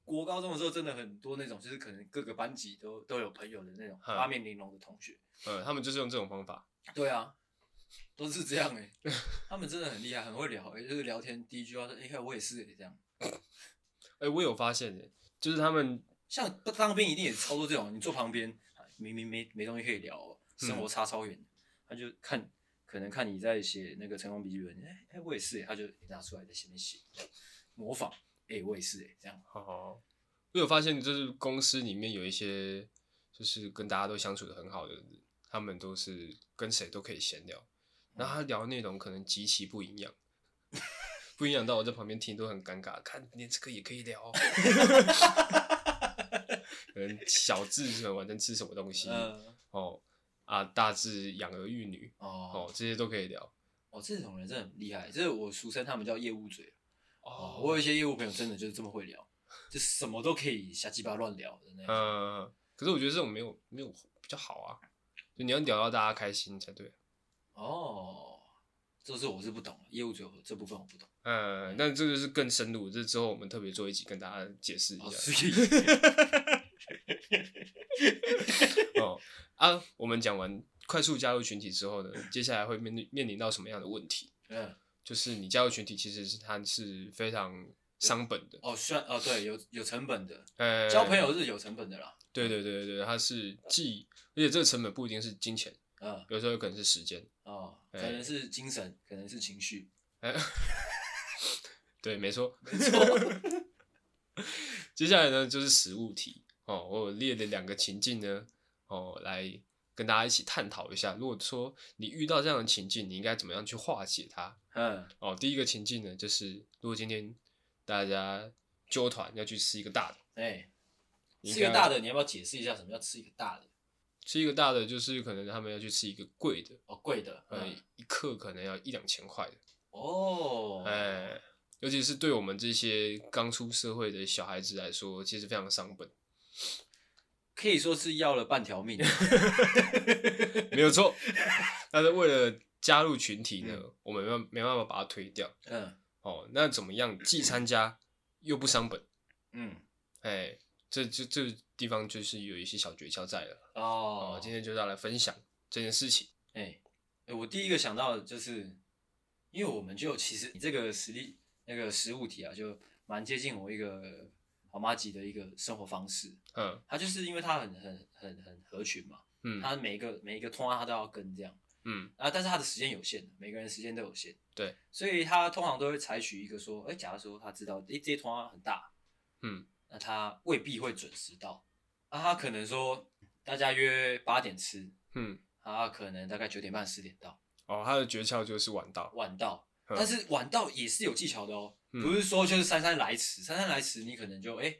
国高中的时候，真的很多那种，就是可能各个班级都都有朋友的那种
嗯
八面玲珑的同学。
嗯，他们就是用这种方法。
对啊，都是这样哎、他们真的很厉害，很会聊、欸，就是聊天第一句话说：“哎、看我也是、欸、这样。
哎、我有发现耶，就是他们”
像不当兵一定也操作这种，你坐旁边哎明明没没东西可以聊、哦，生活差超远，他就看可能看你在写那个成功笔记本，哎、哎、我也是、欸，他就拿出来在前面写，模仿，哎、我也是、欸，这样，
哦，我有发现，就是公司里面有一些，就是跟大家都相处的很好的人，他们都是跟谁都可以闲聊，然后他聊的内容可能极其不营养， 不营养到我在旁边听都很尴尬，看连这个也可以聊 哦，可能小智是晚上吃什么东西、
呃，
哦，啊，大智养儿育女
哦
哦，这些都可以聊
哦，这种人真的很厉害，这是我俗称他们叫业务嘴。哦，我
哦，
有一些业务朋友真的就是这么会聊，就什么都可以瞎鸡巴乱聊的那种。
呃，可是我觉得这种没有没有比较好啊，就你要聊到大家开心才对。啊
哦，这是我是不懂的，业务最后这部分我不懂。
嗯，但这个是更深入，这之后我们特别做一集跟大家解释一
哦，
下
所以
哦啊。我们讲完快速加入群体之后呢，接下来会面对面临到什么样的问题？
嗯，
就是你加入群体其实是它是非常伤本的，
哦，虽然哦，对，有有成本的，
呃，
交朋，友是有成本的啦。
对对对对，它是既而且这个成本不一定是金钱，
嗯，
有时候有可能是时间，
哦，可
哎
能是精神，可能是情绪。
哎，对，没错。
没错。
接下来呢就是实物题哦，我有列了两个情境呢哦，来跟大家一起探讨一下。如果说你遇到这样的情境，你应该怎么样去化解它？
嗯，
哦，第一个情境呢，就是如果今天大家纠团要去吃一个大的，
哎，
你
吃一个
看
大的，你要不要解释一下什么叫吃一个大的？
吃一个大的就是可能他们要去吃一个贵的，
哦，贵的。
呃，
嗯，
一克可能要一两千块的，
哦，
哎、尤其是对我们这些刚出社会的小孩子来说，其实非常伤本，
可以说是要了半条命。
没有错。 但是为了加入群体呢，我们没办没办法把它推掉。
嗯
哦，那怎么样既参加又不伤本？
嗯，
哎，这这这地方就是有一些小诀窍在了。哦
哦，，
今天就要来分享这件事情。
哎、哎我第一个想到的就是，因为我们就其实你这个实力那个实物题啊，就蛮接近我一个好妈级的一个生活方式。
嗯
它就是因为它很很很很合群嘛，
嗯
它每一个每一个通话啊它都要跟这样
嗯
啊，但是它的时间有限，每个人时间都有限，
对，
所以他通常都会采取一个说，哎、假如说他知道，哎、这些通话很大，
嗯，
那他未必会准时到，啊，他可能说大家约八点吃，
嗯，
啊，可能大概九点半十点到，
哦，他的诀窍就是晚到，
晚到，
嗯
但是晚到也是有技巧的哦，
嗯
不是说就是姗姗来迟，姗姗来迟你可能就哎、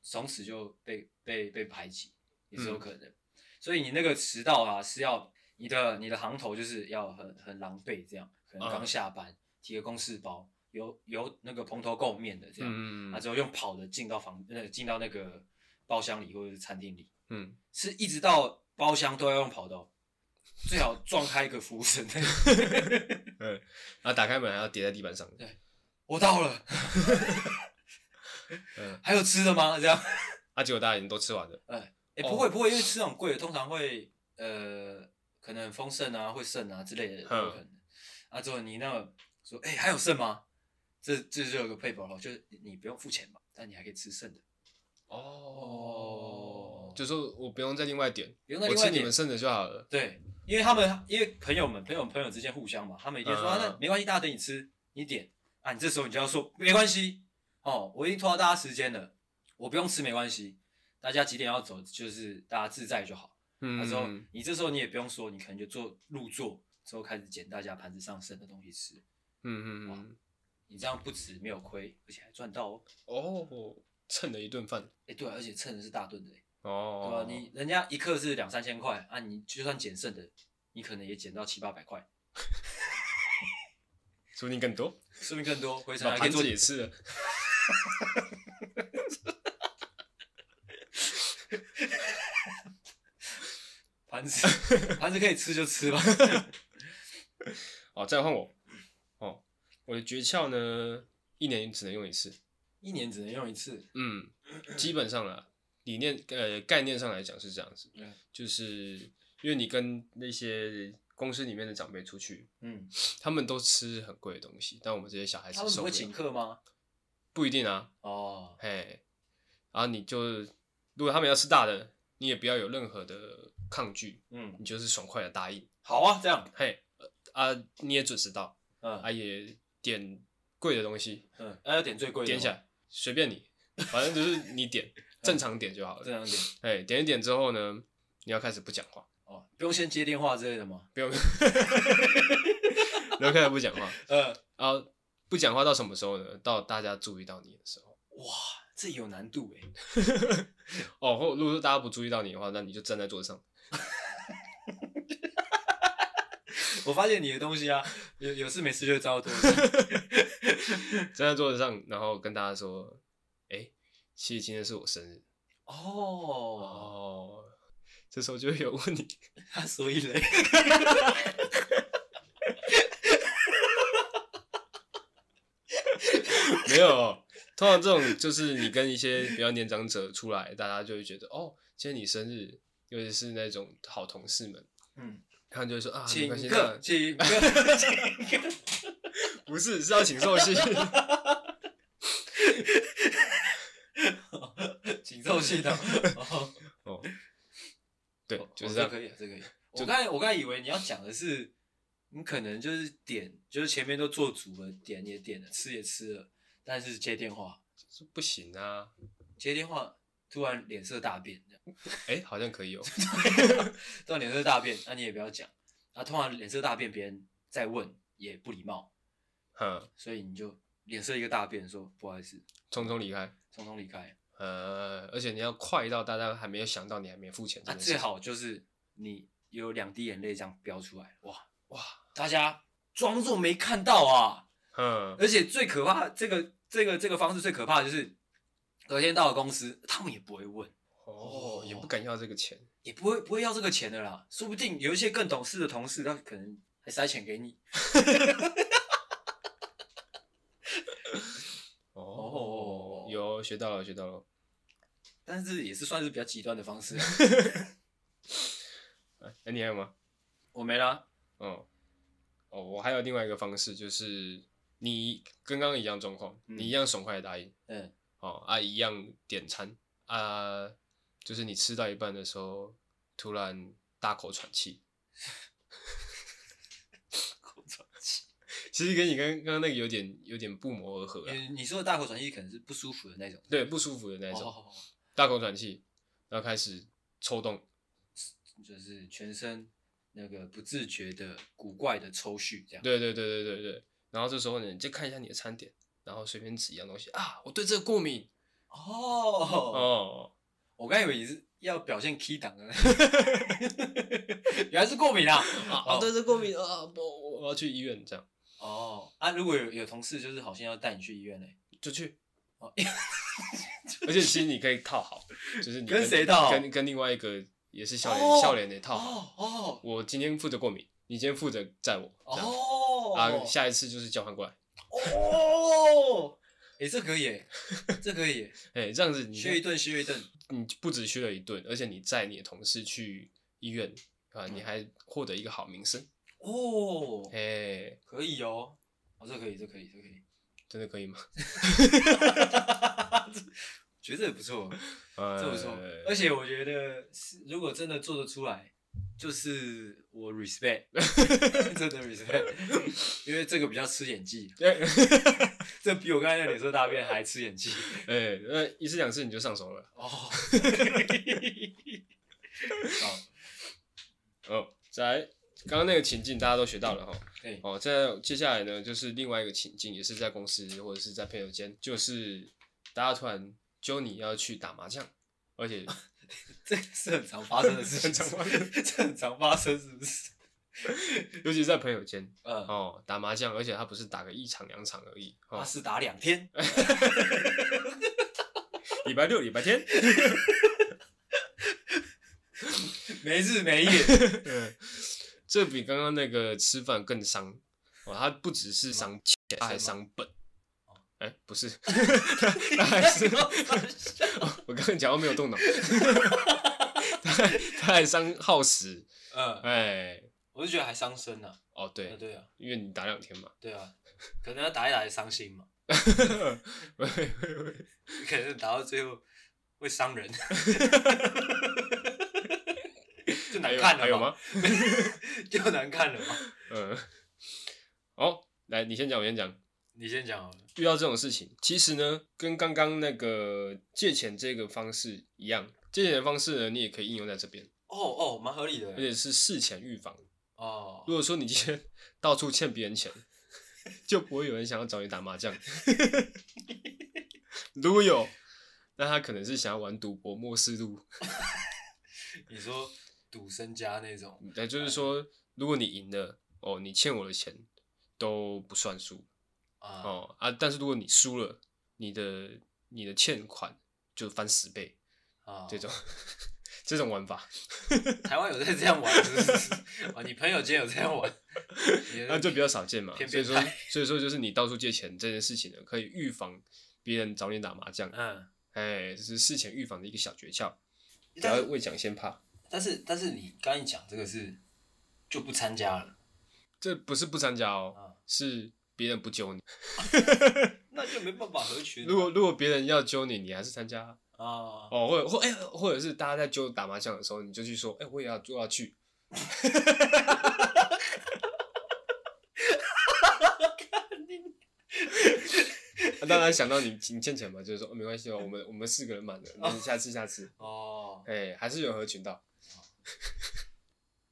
从此就被被被排挤，也
嗯
是有可能。所以你那个迟到啊是要你的你的行头就是要很很狼狈这样，可能
嗯
刚下班、提个公事包，由由那个蓬头垢面的这样，
嗯嗯
啊
嗯
之后用跑的进到房呃进到那个包厢里或者是餐厅里，
嗯，
是一直到包厢都要用跑的哦，最好撞开一个服务生。
然后啊打开门还要叠在地板上，
我到了，
嗯，
还有吃的吗？ 这样，
啊，结果大家已经都吃完了，
哎、
哦
不会不会，因为吃那种贵的，通常会呃，可能丰盛啊，会剩啊之类的，有
嗯
可能。啊，之后你那个说，哎、还有剩吗？这这就有个配保了，就是你不用付钱嘛，但你还可以吃剩的，哦
就说我不用再另外点，
不用再
我
另外
吃你
点
们。剩的就好了，
对，因为他们因为朋友们朋友朋友之间互相嘛，他们一定说、
嗯
啊、那没关系，大家等你吃，你点啊，你这时候你就要说没关系哦，我已经拖到大家时间了，我不用吃没关系，大家几点要走就是大家自在就好。
嗯，
那之后
嗯
你这时候你也不用说，你可能就坐入座之后开始捡大家盘子上剩的东西吃，
嗯
哇
嗯，
你这样不止没有亏，而且还赚到哦。
哦，蹭了一顿饭，
哎、对啊、而且蹭的是大顿的、欸，对吧、
哦，
你人家一克是两三千块啊，你就算捡剩的，你可能也捡到七八百块。
说不定更多，
说明更多，回程
把
还可以
盘
做
子也吃了，
盘 子，盘子可以吃就吃吧。
哦，再换我，哦，我的诀窍呢，一年只能用一次，
一年只能用一次，
嗯，基本上啦，理念呃概念上来讲是这样子，
嗯
就是因为你跟那些公司里面的长辈出去，
嗯，
他们都吃很贵的东西，但我们这些小孩子
他们
受
不会
不了
请客吗？
不一定啊，
哦，
嘿，然后你就如果他们要吃大的，你也不要有任何的抗拒，
嗯，
你就是爽快的答应，
好啊，这样，
嘿，呃啊你也准时到，啊
嗯
也点贵的东西，
嗯，那要点最贵的，
点起，来随便你，反正就是你 点正常点就好了，
哦这样点，
哎，点一点之后呢，你要开始不讲话，
哦，不用先接电话之类的吗？
不用，你要开始不讲话，
呃，
然后不讲话到什么时候呢？到大家注意到你的时候。
哇，这有难度哎，
哦，或如果说大家不注意到你的话，那你就站在桌上。
我发现你的东西啊，有有事没事就会招多事，
站在桌子上，然后跟大家说：“哎、其实今天是我生日。”
哦，
哦，这时候就会有问你，
那 所以嘞，
没有？通常这种就是你跟一些比较年长者出来，大家就会觉得哦，今天你生日，尤其是那种好同事们，
嗯，
他们就会说啊，没
请
关系，
客，
那
请客，请客，
不是是要请寿星，
请寿系统， 哦
哦，对
哦，
就是
哦
这样，
可以啊，这可以啊。
就
我刚才我刚才以为你要讲的是，你可能就是点，就是前面都做足了，点也点了，吃也吃了，但是接电话，
是不行啊，
接电话突然脸色大变，这样
哎、好像可以哦，
突然脸色大变，那、你也不要讲，啊，突然脸色大变，别人再问也不礼貌，
嗯，
所以你就脸色一个大变，说不好意思，
匆匆离开，
匆匆离开。
呃，而且你要快到大家还没有想到你还没付钱这
啊，
件事
最
情，
好就是你有两滴眼泪这样飙出来，哇，
哇，
大家装作没看到啊。
嗯，
而且最可怕，这个这个这个方式最可怕的就是，隔天到了公司，他们也不会问，
哦，也不敢要这个钱，
也不会不会要这个钱的啦。说不定有一些更懂事的同事，他可能还塞钱给你。哦
有学到了，学到了。
但是也是算是比较极端的方式。
哎、你还有吗？
我没啦，
哦，哦，我还有另外一个方式，就是你跟刚刚一样状况，
嗯
你一样爽快的答应，
嗯，
哦啊，一样点餐啊，就是你吃到一半的时候，突然大口喘气，
口传气。
其实跟你刚刚刚那个有点有点不谋而合啊，
你你说的大口喘气可能是不舒服的那种。
对，不舒服的那种，
哦，
大口喘气，然后开始抽动，
就是全身那个不自觉的古怪的抽蓄，这样。
对对对对对对。然后这时候呢，你就看一下你的餐点，然后随便指一样东西啊，我对这个过敏
哦，
哦。
我刚以为你是要表现 key 档的， 原来是过敏啊！
啊啊，对这个过敏啊，我我我要去医院，这样
哦啊，如果有有同事就是好像要带你去医院嘞、
就去。
哦
而且其实你可以套好，就是你
跟谁套
跟跟另外一个也是笑
哦
脸笑脸的套好。
哦哦
我今天负责过敏，你今天负责载我，这样、
哦
啊，下一次就是交换过来，
哦，哎、这可以 耶，这可以耶，
哎、这样子你
削一顿削一顿，
你不止削了一顿，而且你载你的同事去医院啊，你还获得一个好名声，
哦，
哎、
可以哦，哦，这可以，这可以，这可以，
真的可以吗？
觉得也不错，这
这
不错，而且我觉得是如果真的做得出来，就是我 respect，真的 respect，因为这个比较吃演技，
呃
这比我刚才那脸色大便还吃演技。
哎、那一次两次你就上手了
哦，好，
哦。再来，刚刚那个情境大家都学到了哈。
对，
哦，在接下来呢，就是另外一个情境，也是在公司或者是在朋友间，就是大家突然揪你要去打麻将， 而且
这是很常发生的事情，
很常发生
这很常发生，是不是？
尤其是在朋友间
嗯，
哦打麻将，而且他不是打个一场两场而已，
他
哦，
啊是打两天，
礼拜六、礼拜天，
没日没 夜。
嗯，这比刚刚那个吃饭更伤哦，他不只是伤钱，他还伤本。哎、不是，他还是 我刚刚讲话没有动脑，他还他还伤耗时，
嗯，
哎、
我就觉得还伤身呢。
哦对
啊，，对啊，
因为你打两 天嘛，
对啊，可能要打一打也伤心嘛，
喂喂喂
可能打到最后会伤人，就难
还有
看
还
了
有
嘛
吗？？
就难看了嘛。
嗯，哦，来你先讲，我先讲。
你先讲好了。
遇到这种事情，其实呢，跟刚刚那个借钱这个方式一样，借钱的方式呢，你也可以应用在这边，
哦哦，蛮合理的
而。且是事前预防。
哦
如，果说你今天 到处欠别人钱， 就不会有人想要找你打麻将。 如果有，那他可能是想要玩赌博、末世路。
你说赌身家那种，
也就是说，如果你赢了，哦，你欠我的钱都不算数
啊、
哦啊。但是如果你输了，你的你的欠款就翻十倍，
啊，
这种 这种玩法，
台湾有在这样玩，是不 是？啊，你朋友间有这样 玩，你的
那就比较少见嘛。
偏
所以
变
说
态，
所以说就是你到处借钱这件事情呢，可以预防别人找你打麻将。
嗯，
哎，这是事前预防的一个小诀窍，不
但
要
是
未讲先怕。
但是但是你刚才讲这个是就不参加了，
这不是不参加哦
啊，
是别人不揪你。
那就没办法合群
如果如果别人要揪你，你还是参加啊
啊，
哦，或者或哎，或者是大家在揪打麻将的时候，你就去说，哎，我也要我要去。 啊当然想到你你欠钱嘛，就是说、哦没关系哦，我们我们四个人满了，那下次下次，
哦，
哎，还是有合群到。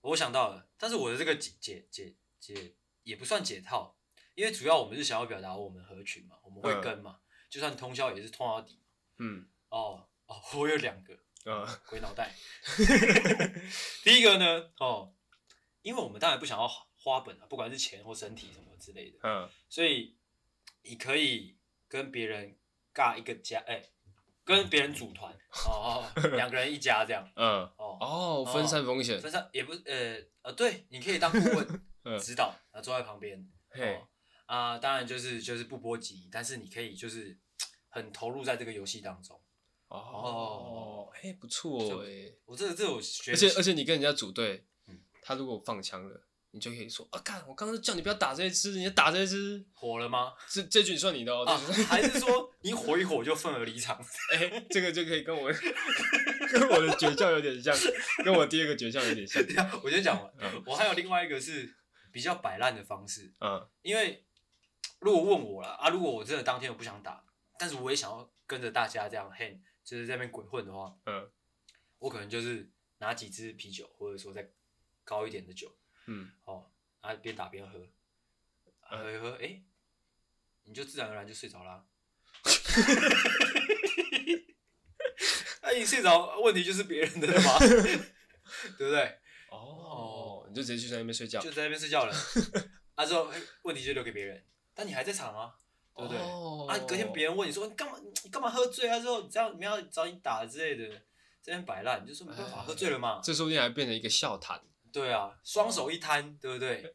我想到了，但是我的这个解解解解也不算解套，因为主要我们是想要表达我们合群嘛，我们会
嗯
跟嘛，就算通宵也是通到底。
嗯
哦哦，我有两个，
啊
鬼脑袋。 第一个呢，哦，因为我们当然不想要花本啊，不管是钱或身体什么之类的，
嗯
所以你可以跟别人尬一个家，哎、跟别人组团，哦哦，两个人一家这样，
嗯，
哦，
哦，分散风险，
分散也不呃呃，对，你可以当顾问
嗯，
指导，然后坐在旁边，
嘿
哦，啊、当然就是就是不波及，但是你可以就是很投入在这个游戏当中。
哦
哦，
哎、不错哎、
我这个这个我学，
而且而且你跟人家组队
嗯，
他如果放枪了，你就可以说啊，看我刚刚叫你不要打这一只，你打这一只，
火了吗？
这这局算你的哦，
啊
这局，
还是说你火一火就愤而离场？
哎、这个就可以 跟我跟我的诀窍有点像，跟我第二个诀窍有点像，
对啊我先讲完
嗯。
我还有另外一个是比较摆烂的方式，
嗯
因为如果问我了啊，如果我真的当天我不想打，但是我也想要跟着大家这样 hang，就是在那边鬼混的话，
嗯，
我可能就是拿几支啤酒，或者说再高一点的酒，
嗯，
哦，然后边打边喝，
嗯
喝一喝，哎、你就自然而然就睡着啦。 那、你睡着，问题就是别人的了 嘛，对不对？
啊哦，你就直接去在那边睡觉
就，在那边睡觉了，啊之后哎问题就留给别人，但你还在场啊，对不对？
哦
啊，隔天别人问你说你干嘛你干嘛喝醉啊？之后你这样没有找你打之类的，这边摆烂，你就说没办法，
哎
喝醉了嘛。
这说不定还变成一个笑谈。
对啊，双手一摊，对不对？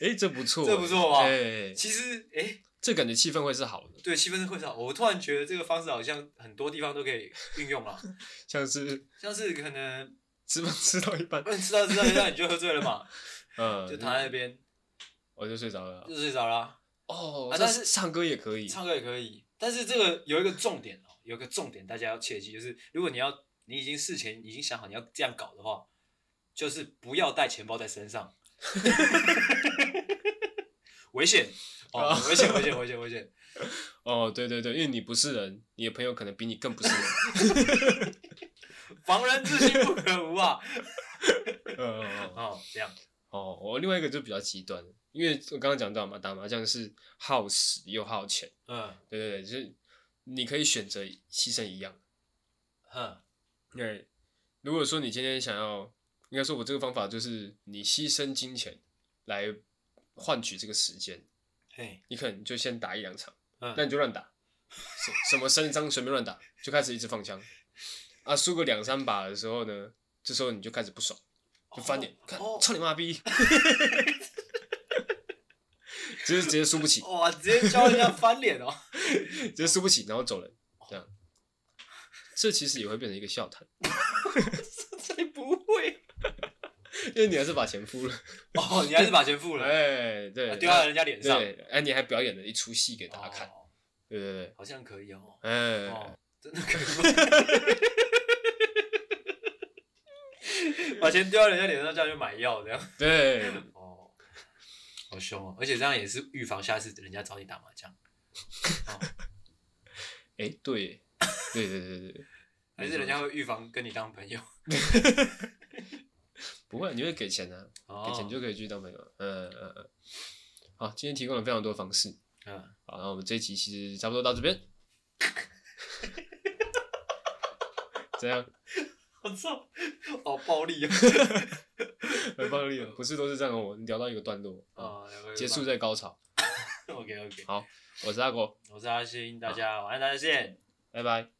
哎、这不错、
这不错吧
哎、
其实，哎，
这感觉气氛会是好的，
对，气氛是会上。我突然觉得这个方式好像很多地方都可以运用啊，
像是
像是可能
吃饭吃到一半，
嗯吃到吃到吃到你就喝醉了嘛，
嗯，
就躺在那边
我就睡着了
就。睡着啦，
哦，
啊
这
但是
唱歌也可以，
唱歌也可以。但是这个有一个重点哦，有一个重点大家要切记，就是如果你要你已经事前已经想好你要这样搞的话，就是不要带钱包在身上， 危险哦，危险危险危险危险。
哦，对对对，因为你不是人，你的朋友可能比你更不是人。
防人之心不可无啊！
嗯嗯嗯
哦，这样，
哦，我另外一个就比较极端，因为我刚刚讲到嘛，打麻将是耗时又耗钱，
嗯
对对对，就是你可以选择牺牲一样。
哼，
对，如果说你今天想要，应该说我这个方法就是你牺牲金钱来换取这个时间，
嘿，
你可能就先打一两场，
嗯
那你就乱打，什什么三张随便乱打，就开始一直放枪，啊，输个两三把的时候呢，这时候你就开始不爽，就翻脸，看
哦，
操你 妈逼，就是直接输不起，
哇，直接教人家翻脸哦。
直接输不起，然后走人，这样，这其实也会变成一个笑谈，
才不会
因为你还是把 钱付了，
哦，你还是把钱付了，
哎，对，
丢在人家脸啊上，
对，哎，你还表演了一出戏给
哦
大家看，对对对，
好像可以哦，
哎，
哦，真的可以吗？把钱丢在人家脸上，叫人家买药这样。
对，哎
哦，好凶哦，而且这样也是预防下次人家找你打麻将，
哎，对，对对对对对。
还是人家会预防跟你当朋友。
不会，你会给钱啊，
哦
给钱就可以继续当朋友。嗯嗯嗯。好，今天提供了非常多方式。
嗯，
好，那我们这一集其实差不多到 这边。怎样？
我操，好暴力啊！
很暴力哦，不是都是这样哦。我们聊到一个段落，啊，
啊，
结束。在高潮。
OK OK，
好，我是阿国，
我是阿星，大家晚安，大家见。
拜拜。